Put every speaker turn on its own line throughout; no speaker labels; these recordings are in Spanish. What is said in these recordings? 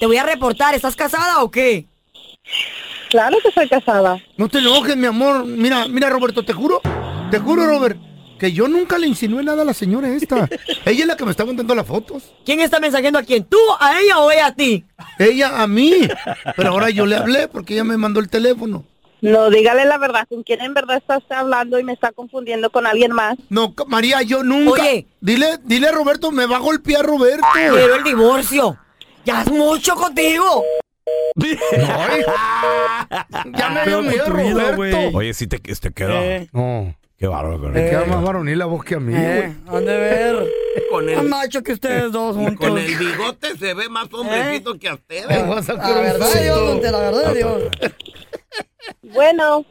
Te voy a reportar, ¿estás casada o qué?
Claro que soy casada.
No te enojes, mi amor. Mira, mira, Roberto, te juro, te juro, Robert, que yo nunca le insinué nada a la señora esta. Ella es la que me está mandando las fotos.
¿Quién está mensajeando a quién? ¿Tú, a ella o ella a ti?
Ella a mí. Pero ahora yo le hablé porque ella me mandó el teléfono.
No, dígale la verdad, con quién en verdad está usted hablando y me está confundiendo con alguien más.
No, ca- María, yo nunca.
Oye.
Dile, dile a Roberto, me va a golpear Roberto.
Quiero el divorcio. Ya es mucho contigo.
Ya me dio miedo, Roberto.
Oye, sí te, este, te queda.
Eh.
No. Qué bárbaro.
Me
Ricardo.
queda más varonil la voz que a mí,
Eh,
güey.
han de ver.
Con
Más macho que ustedes dos juntos. ¿Eh?
Con el bigote se ve más hombrecito que a ustedes.
La verdad, Dios, don Tela, la verdad, Dios.
Bueno.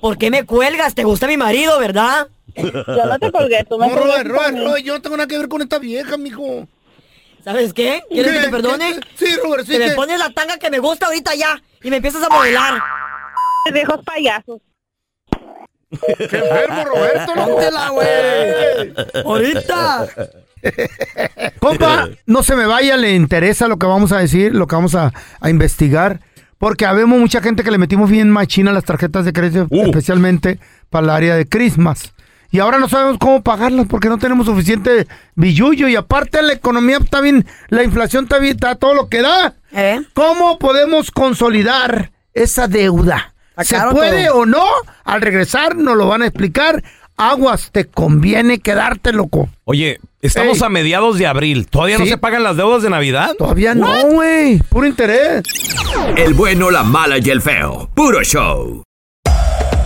¿Por qué me cuelgas? ¿Te gusta mi marido, verdad?
Yo no te colgué, tú me
No, Robert,
colgaste a
Robert,
mí.
Robert, yo no tengo nada que ver con esta vieja, mijo.
¿Sabes qué? ¿Quieres que
¿Qué?
te perdone?
¿Qué? Sí, Robert, sí,
Te me
¿qué?
pones la tanga que me gusta ahorita ya y me empiezas a modelar.
Viejos payasos.
¡Qué enfermo, Roberto! Eh. loco.
Póntela, güey. Ahorita.
Compa, no se me vaya, le interesa lo que vamos a decir, lo que vamos a, a investigar. Porque habemos mucha gente que le metimos bien machina las tarjetas de crédito, especialmente para el área de Christmas. Y ahora no sabemos cómo pagarlas porque no tenemos suficiente billullo. Y aparte la economía está bien, la inflación está bien, está todo lo que da.
Eh.
¿Cómo podemos consolidar esa deuda? ¿Se
caro
puede
todo.
o no? Al regresar nos lo van a explicar. Aguas, te conviene quedarte, loco.
Oye, estamos
Ey.
a mediados de abril. ¿Todavía no
Sí.
se pagan las deudas de Navidad?
Todavía no, güey. Puro interés.
El bueno, la mala y el feo. Puro show.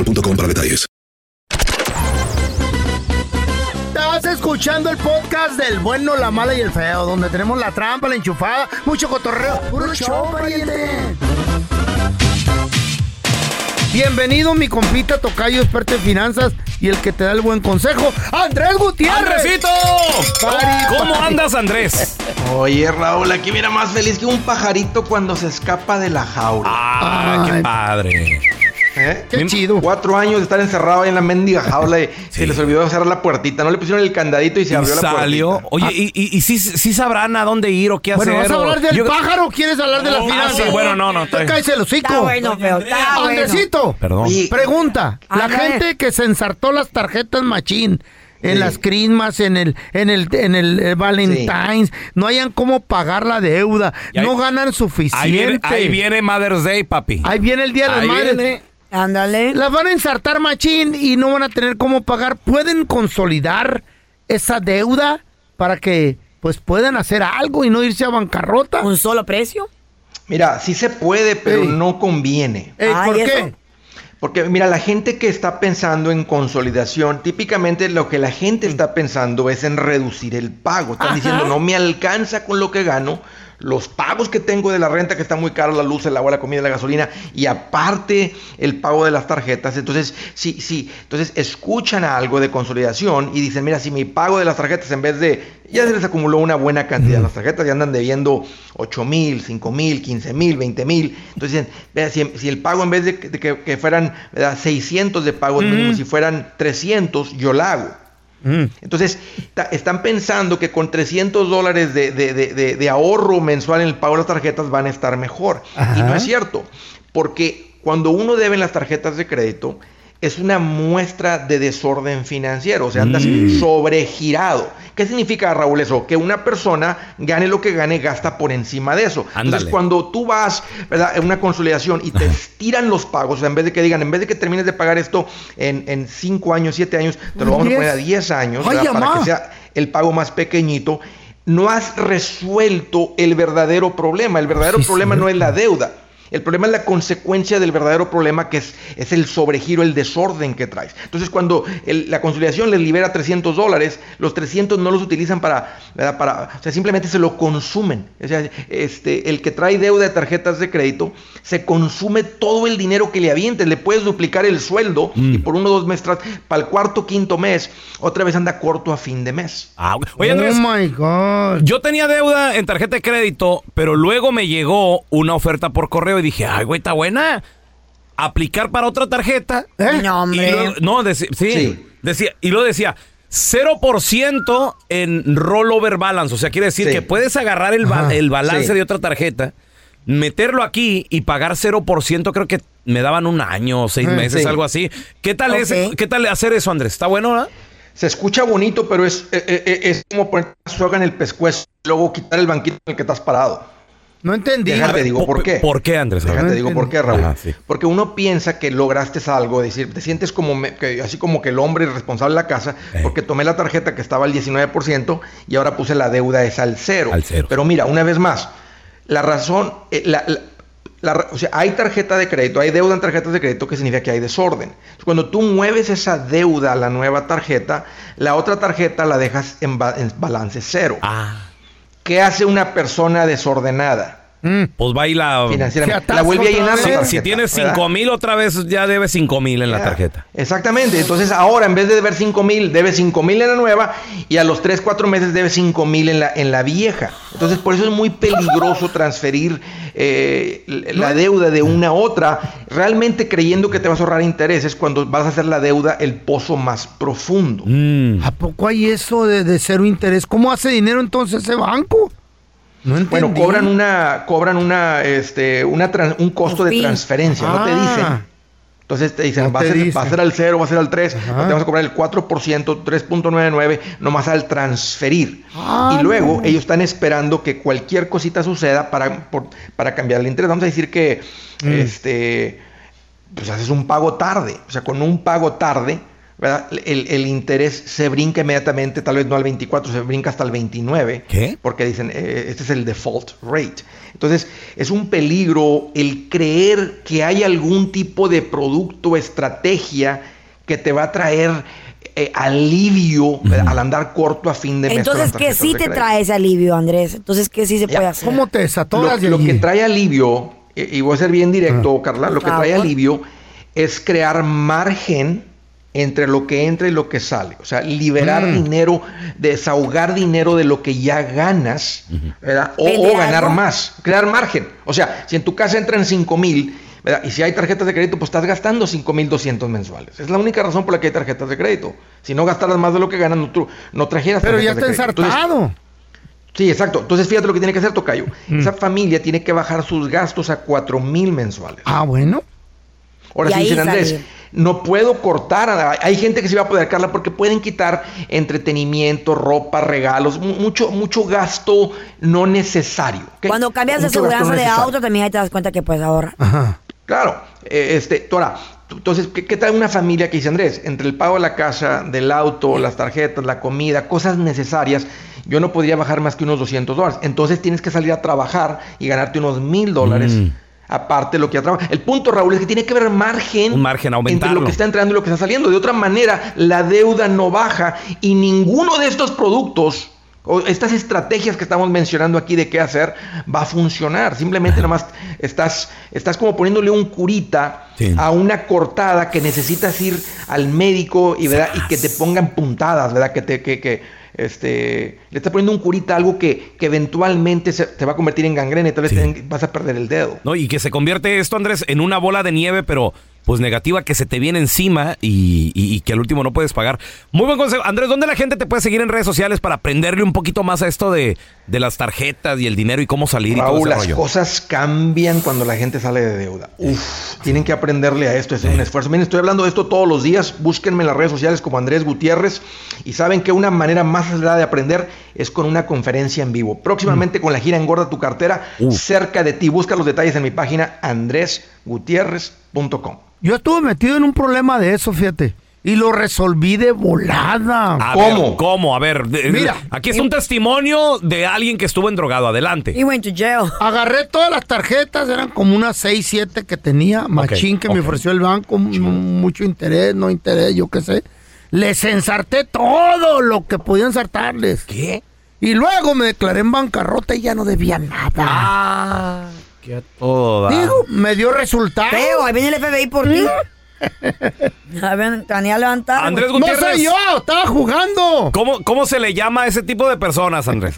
para detalles.
Estás escuchando el podcast del bueno, la mala y el feo, donde tenemos la trampa, la enchufada, mucho cotorreo. ¡Puro show, pariente! Bienvenido, mi compita tocayo, experto en finanzas y el que te da el buen consejo, Andrés Gutiérrez.
¡Andresito! ¿Cómo andas, Andrés?
Oye, Raúl, aquí mira más feliz que un pajarito cuando se escapa de la jaula.
Ah, qué padre.
¿Eh?
Qué chido.
Cuatro años de estar encerrado ahí en la mendiga jaula y se les olvidó cerrar la puertita. No le pusieron el candadito y se
Y
abrió la
salió.
puertita. Ah.
Oye, ¿y, y, y sí, sí sabrán a dónde ir o qué
Bueno, ¿vas
hacer?
a
o-
hablar del
Yo-
¿Pájaro quieres hablar de
Ah,
las finanzas?
sí, bueno, no, no, está-
Cállese el hocico.
Está bueno, feo, está bueno.
Andresito.
Perdón.
Oye, Pregunta. La
Ándale.
gente que se ensartó las tarjetas machín en
Sí.
las crismas, en el, en el, en el eh, Valentine's, no hayan cómo pagar la deuda,
Y ahí-
no ganan suficiente.
Ahí viene, ahí viene Mother's Day, papi.
Ahí viene el día de las
Ahí
madres.
viene.
Ándale. Las van a ensartar machín y no van a tener cómo pagar. ¿Pueden consolidar esa deuda para que pues puedan hacer algo y no irse a bancarrota? ¿Un
solo precio?
Mira, sí se puede, pero no conviene.
Ey, ¿por Ay, qué? eso.
Porque mira, la gente que está pensando en consolidación, típicamente lo que la gente está pensando es en reducir el pago. Están diciendo, no me alcanza con lo que gano, los pagos que tengo de la renta, que está muy caro, la luz, el agua, la comida, la gasolina, y aparte el pago de las tarjetas. Entonces, sí, sí, entonces escuchan algo de consolidación y dicen, mira, si mi pago de las tarjetas en vez de, ya se les acumuló una buena cantidad de las tarjetas, ya andan debiendo 8 mil, 5 mil, 15 mil, 20 mil. Entonces dicen, vea, si, si el pago en vez de, que- de que, que fueran ¿verdad? 600 de pagos mínimos, si fueran 300, yo la hago. Entonces, ta- están pensando que con 300 dólares de, de- de- de- de ahorro mensual en el pago de las tarjetas van a estar mejor. Y no
Ajá.
es cierto, porque cuando uno debe en las tarjetas de crédito, es una muestra de desorden financiero, o sea, andas
Mm.
sobregirado. ¿Qué significa, Raúl, eso? Que una persona gane lo que gane, gasta por encima de eso. Entonces,
Ándale.
cuando tú vas ¿verdad? en una consolidación y te estiran los pagos, o sea, en vez de que digan, en vez de que termines de pagar esto en, en cinco años, siete años, te lo vamos a poner a
Diez.
10 años
Ay,
¿verdad? para
amá.
que sea el pago más pequeñito, no has resuelto el verdadero problema. El verdadero
Sí,
problema no es la
cierto.
deuda. El problema es la consecuencia del verdadero problema que es, es el sobregiro, el desorden que traes. Entonces cuando el- la consolidación les libera 300 dólares, los 300 no los utilizan para, ¿verdad? para, o sea, simplemente se lo consumen. O sea, este, el que trae deuda de tarjetas de crédito se consume todo el dinero que le avientes, le puedes duplicar el sueldo y
Mm.
por uno o dos meses, tras- para el cuarto quinto mes, otra vez anda corto a fin de mes.
Ah, Oye, Andrés.
Oh,
my God.
Yo tenía deuda en tarjeta de crédito, pero luego me llegó una oferta por correo y dije, ay, güey, está buena. Aplicar para otra tarjeta.
¿Eh?
No,
Y luego- no, deci- sí, Decía, y lo decía, 0% en rollover balance. O sea, quiere decir que puedes agarrar el, ba-
Ajá,
el balance
sí.
de otra tarjeta, meterlo aquí y pagar 0%. Creo que me daban un año o seis
Ah,
meses,
sí.
algo así. ¿Qué tal, es,
Ok.
¿Qué tal hacer eso, Andrés? ¿Está bueno, verdad?
Se escucha bonito, pero es, eh, eh, eh, es como poner una soga en el pescuezo y luego quitar el banquito en el que estás parado.
No entendí.
Déjate,
A ver,
digo,
po-
¿por qué?
¿Por qué, Andrés?
Déjate, digo, ¿por qué, Raúl?
Ajá, sí.
Porque uno piensa que lograste algo, es decir, te sientes como me- que- así como que el hombre responsable de la casa,
Eh.
porque tomé la tarjeta que estaba al 19% y ahora puse la deuda es al cero. Pero mira, una vez más, la razón, eh, la- la- la ra- o sea, hay tarjeta de crédito, hay deuda en tarjetas de crédito que significa que hay desorden. Entonces, Cuando tú mueves esa deuda a la nueva tarjeta, la otra tarjeta la dejas en, ba- en balance cero.
Ah.
¿Qué hace una persona desordenada?
Pues va y la,
Financieramente. Se La vuelve a atasca llenar otra la vez.
Si- Si,
tarjeta,
tienes
¿verdad?
5 mil, otra vez ya debe 5 mil en la
Ya.
tarjeta.
Exactamente. Entonces ahora en vez de deber 5 mil, debe 5 mil en la nueva y a los 3, 4 meses debe 5 mil en la, en la vieja. Entonces por eso es muy peligroso transferir eh, l- la deuda de una a otra, realmente creyendo que te vas a ahorrar intereses cuando vas a hacer la deuda el pozo más profundo.
Mm.
¿A poco hay eso de, de cero interés? ¿Cómo hace dinero entonces ese banco? No entendí.
Bueno, cobran una, cobran una, este, una tran- un costo de
Sí.
transferencia, no te
Ah.
dicen. Entonces te dicen,
No
va, a
te
ser, va a
dicen.
ser al 0, va a ser al 3, te vas a cobrar el 4%, 3.99, nomás al transferir.
Ah,
y luego
no.
ellos están esperando que cualquier cosita suceda para, por- para cambiar el interés. Vamos a decir que
Mm.
este, pues haces un pago tarde. O sea, con un pago tarde, ¿verdad? El, el interés se brinca inmediatamente, tal vez no al 24, se brinca hasta el 29.
¿Qué?
Porque dicen, eh, este es el default rate. Entonces, es un peligro el creer que hay algún tipo de producto, estrategia que te va a traer eh, alivio ¿verdad? al andar corto a fin de mes. con
Entonces,
las
¿qué
tarjetas
sí
de
te
crédito.
trae ese alivio, Andrés? Entonces, ¿qué sí se puede hacer?
¿Cómo te
Lo,
desatoras de
lo
allí?
que trae alivio, eh, y y voy a ser bien directo,
Ah.
Carla, lo que trae
favor.
alivio es crear margen entre lo que entra y lo que sale. O sea, liberar
Mm.
dinero, desahogar dinero de lo que ya ganas, ¿verdad? O, o
Vender
ganar
algo.
más, crear margen. O sea, si en tu casa entran 5 mil, ¿verdad? Y si hay tarjetas de crédito, pues estás gastando 5.200 mensuales. Es la única razón por la que hay tarjetas de créito. Si no gastaras más de lo que ganas, no, tru- no trajeras
Pero ya
tarjetas
está
de crédito. Entonces,
ensartado.
Sí, exacto. Entonces fíjate lo que tiene que hacer Tocayo. Esa familia tiene que bajar sus gastos a cuatro mil mensuales.
Ah, bueno.
Ahora
Y
sí
ahí
dicen, Andrés,
salir.
no puedo cortar. a- Hay gente que se va a poder, Carla, porque pueden quitar entretenimiento, ropa, regalos, mu- mucho, mucho gasto no necesario. ¿ok?
Cuando cambias de
Mucho gasto no
seguridad de
necesario.
auto, también ahí te das cuenta que puedes ahorrar.
Claro, eh, este, Tora, tú- entonces, ¿qué, qué tal una familia que dice Andrés? Entre el pago de la casa, del auto, las tarjetas, la comida, cosas necesarias, yo no podría bajar más que unos 200 dólares. Entonces tienes que salir a trabajar y ganarte unos mil dólares.
Mm.
Aparte de lo que ya trabaja. El punto, Raúl, es que tiene que haber margen,
Un margen,
entre
aumentarlo.
lo que está entrando y lo que está saliendo. De otra manera, la deuda no baja y ninguno de estos productos o estas estrategias que estamos mencionando aquí de qué hacer va a funcionar. Simplemente nomás estás, estás como poniéndole un curita a una cortada que necesitas ir al médico y, ¿verdad? y que te pongan puntadas, ¿verdad? Que te, que, que, este, Le estás poniendo un curita a algo que, que eventualmente se, te va a convertir en gangrena y tal vez te- vas a perder el dedo.
No, y que se convierte esto, Andrés, en una bola de nieve, pero pues negativa que se te viene encima y, y- y que al último no puedes pagar. Muy buen consejo. Andrés, ¿dónde la gente te puede seguir en redes sociales para aprenderle un poquito más a esto de, de las tarjetas y el dinero y cómo salir y todo
Raúl,
ese
las
rollo?
cosas cambian cuando la gente sale de deuda. Uf, tienen que aprenderle a esto, es un esfuerzo. Miren, estoy hablando de esto todos los días. Búsquenme en las redes sociales como Andrés Gutiérrez y saben que una manera más acelerada de aprender es con una conferencia en vivo.
Mm.
Próximamente con la gira Engorda tu cartera cerca de ti. Busca los detalles en mi página andresgutierrez.com.
Yo estuve metido en un problema de eso, fíjate. Y lo resolví de volada.
A ver, ¿Cómo? A ver, de-
Mira.
aquí es un testimonio de alguien que estuvo endrogado. Adelante.
went to jail. Agarré todas las tarjetas, eran como unas 6, 7 que tenía, machín que me
ok.
ofreció el banco, m- mucho interés, no interés, yo qué sé. Les ensarté todo lo que podía ensartarles. ¿Qué? Y luego me declaré en bancarrota y ya no debía nada.
Ah,
Ah.
Digo, me dio resultado.
Feo, ahí viene el FBI por ti. A ver, te van a levantar.
Andrés
güey.
Gutiérrez.
estaba jugando.
¿Cómo, ¿Cómo se le llama a ese tipo de personas, Andrés?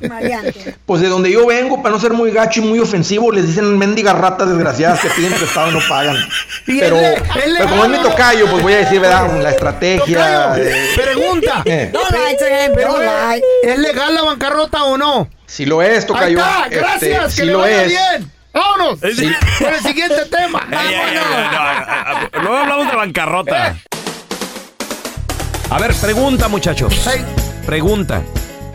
Pues de donde yo vengo, para no ser muy gacho y muy ofensivo, les dicen mendigas ratas desgraciadas que piden prestado y no pagan.
Y
Pero,
es le- es
pero
legal,
como es mi
¿no?
tocayo, pues voy a decir, ¿verdad? La estrategia.
Tocayo,
eh,
Pregunta.
Eh.
No ¿Es legal la bancarrota o no?
Si lo es,
Ahí
tocayo.
está,
este,
gracias, que
si
le
lo
vaya
es.
bien. Vámonos.
Sí. Eh,
Por el siguiente tema.
Luego hablamos de bancarrota. Eh. A ver, pregunta, muchachos. Pregunta.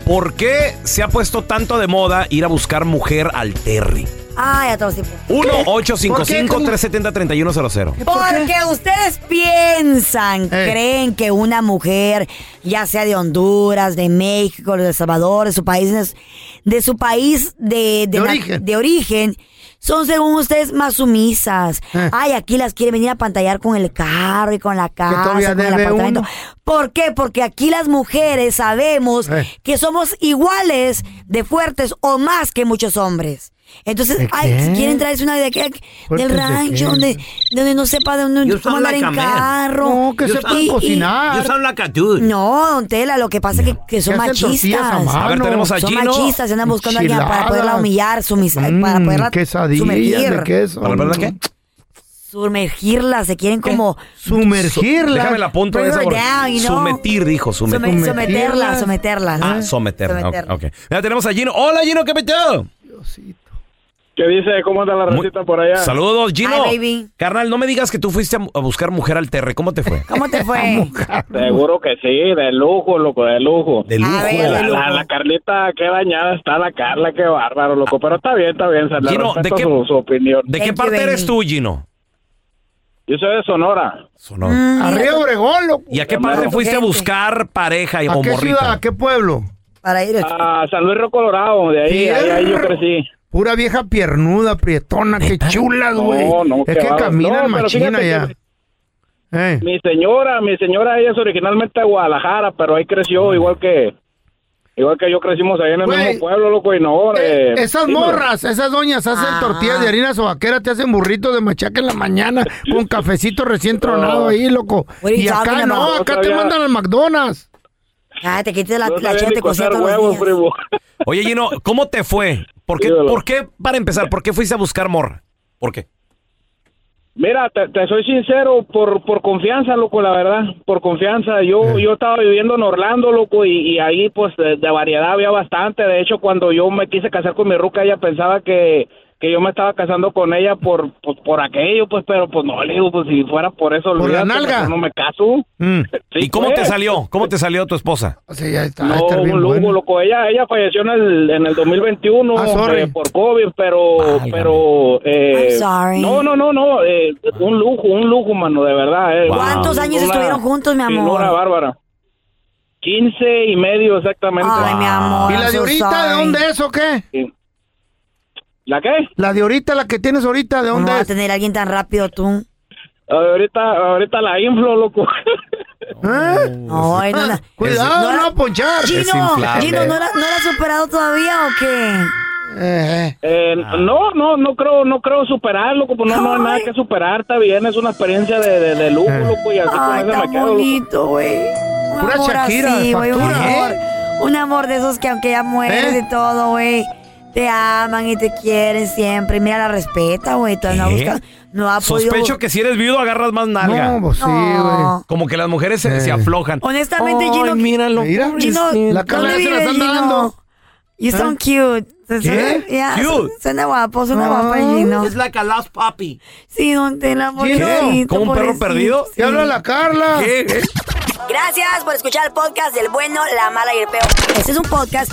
¿Por qué se ha puesto tanto de moda ir a buscar mujer al Terry?
Ay, a todos tipos. ¿Por
1-855-370-3100.
Porque ustedes piensan, creen que una mujer, ya sea de Honduras, de México, de El Salvador, de su país, de su país de, de na-
origen.
de origen, son según ustedes más sumisas. Ay, aquí las quieren venir a pantallar con el carro y con la casa, con el
todavía debe
apartamento.
uno.
¿Por qué? Porque aquí las mujeres sabemos
Eh.
que somos iguales de fuertes o más que muchos hombres. Entonces,
¿De
ay, si
qué?
quieren traerse una de aquí,
Fuertes
del
de
rancho,
qué.
donde, donde no sepa de dónde-
You
cómo
sound
andar
like
en
a man.
carro.
No, que sepan cocinar. You sound like a dude.
No, don Tela, lo que pasa es que, que son
Que hacen tortillas a
machistas.
mano. A ver, tenemos a
Son
Gino.
machistas, andan buscando a alguien para
Enchiladas. Mm,
poderla humillar, sumis- para poderla
quesadillas
sumergir.
de queso. ¿Para poderla qué?
Sumergirla, se quieren como...
Su- Déjame la apunto
Bring
esa
her
porque-
down, you know.
Sometir, dijo. Someter.
Somet- Someterla, someterla. ¿no?
Ah, someterla. ok,
Someterla.
ok. Mira, tenemos a Gino. Hola, Gino, ¿qué peteo?
¿Qué dice? ¿Cómo anda la receta por allá?
Saludos, Gino.
Hi, baby.
Carnal, no me digas que tú fuiste a, a buscar mujer al Terry. ¿Cómo te fue?
¿Cómo te fue?
Seguro que sí, de lujo, loco, de lujo.
De lujo.
La, la- la Carlita, qué dañada está la Carla, qué bárbaro, loco. Pero está bien, está bien, se le
Gino,
respeto
¿de qué-
su, su opinión.
¿De qué parte eres tú, Gino?
Yo soy de Sonora.
Sonora.
Arriba Obregón, loco.
¿Y a qué parte fuiste a buscar pareja y
¿A
o
qué ciudad?
morrita?
¿A qué pueblo?
Para ir
a San Luis Río Colorado, de ahí, ahí, ahí yo crecí.
Pura vieja piernuda, prietona, qué chulas, güey.
No, no,
es
qué
que
bárbaro. No,
caminan
pero
machina
fíjate
ya.
que- Mi señora, mi señora, ella es originalmente de Guadalajara, pero ahí creció igual que igual que yo crecimos ahí en el
Güey,
mismo pueblo, loco, y no. eh,
Esas
dímelo.
morras, esas doñas hacen tortillas de harina sobaquera, te hacen burritos de machaca en la mañana con cafecito recién tronado ahí, loco.
What are you
Y
talking
acá no,
about?
acá te
Todavía-
mandan al McDonald's.
Ah, te quites la,
No
la
sabía
chela
ni
te cocina
cortar
todos los
huevos,
días.
primo.
Oye, Gino, ¿cómo te fue? ¿Por qué, ¿Por qué, para empezar, por qué fuiste a buscar morra? ¿Por qué?
Mira, te, te soy sincero, por, por confianza, loco, la verdad, por confianza. Yo yo estaba viviendo en Orlando, loco, y, y ahí pues de, de variedad había bastante. De hecho, cuando yo me quise casar con mi ruca, ella pensaba que, que yo me estaba casando con ella por, por, por aquello, pues, pero pues no, le digo, pues si fuera por eso,
Por la
olvídate,
nalga.
mejor no me caso.
Mm. ¿Y cómo
pues.
te salió? ¿Cómo te salió tu esposa?
No, un lujo, loco. Ella, ella falleció en el, en el 2021
Ah, sorry.
eh, por COVID, pero... pero eh,
I'm sorry.
No, no, no, no. eh, un lujo, un lujo, mano, de verdad. eh.
¿Cuántos
Una-
años estuvieron juntos, mi amor?
Señora Bárbara. 15 y medio exactamente.
Ay, mi amor,
¿Y la de ahorita de dónde es o qué?
¿La qué?
La de ahorita, la que tienes ahorita, ¿de dónde
No va a
es?
tener a alguien tan rápido tú.
Ahorita, ahorita la inflo, loco.
Ay, no, la-
¿Eh? Ah, Cuidado, no,
la-
a ponchar.
Es
Gino,
inflable.
Gino, ¿no la, ¿no la has superado todavía o qué?
Eh, No, no, no creo, no creo superarlo, loco, pues no, no hay nada que superar, está bien, es una experiencia de, de, de lujo, loco, y así con
Ay,
eso me
tan
quedo, loco.
bonito, güey. Un
Pura
amor
Shakira,
así, güey, un
¿eh?
factura,
amor. Un amor de esos que aunque ya mueres y todo, güey, te aman y te quieren siempre. Mira, la respeta, güey. Todavía no ha
¿Qué?
buscado- no ha podido...
Sospecho que si eres viudo agarras más nalga.
Ah, pues No, pues sí, No. güey.
Como que las mujeres se, se aflojan.
Honestamente, Gino...
míralo,
Gino,
pobrecito. La cara
¿dónde
se la
vives,
están
Gino?
dando.
You sound cute.
¿Qué?
Yeah,
Cute.
Suena guapo, suena guapa el Gino. Es like a lost puppy. Sí, don Tela,
¿Qué?
pobrecito,
¿Como un perro
pobrecito.
perdido?
Sí.
Carla.
¿Eh?
¿Qué?
Gracias por escuchar el podcast del bueno, la mala y el peor. Este es un podcast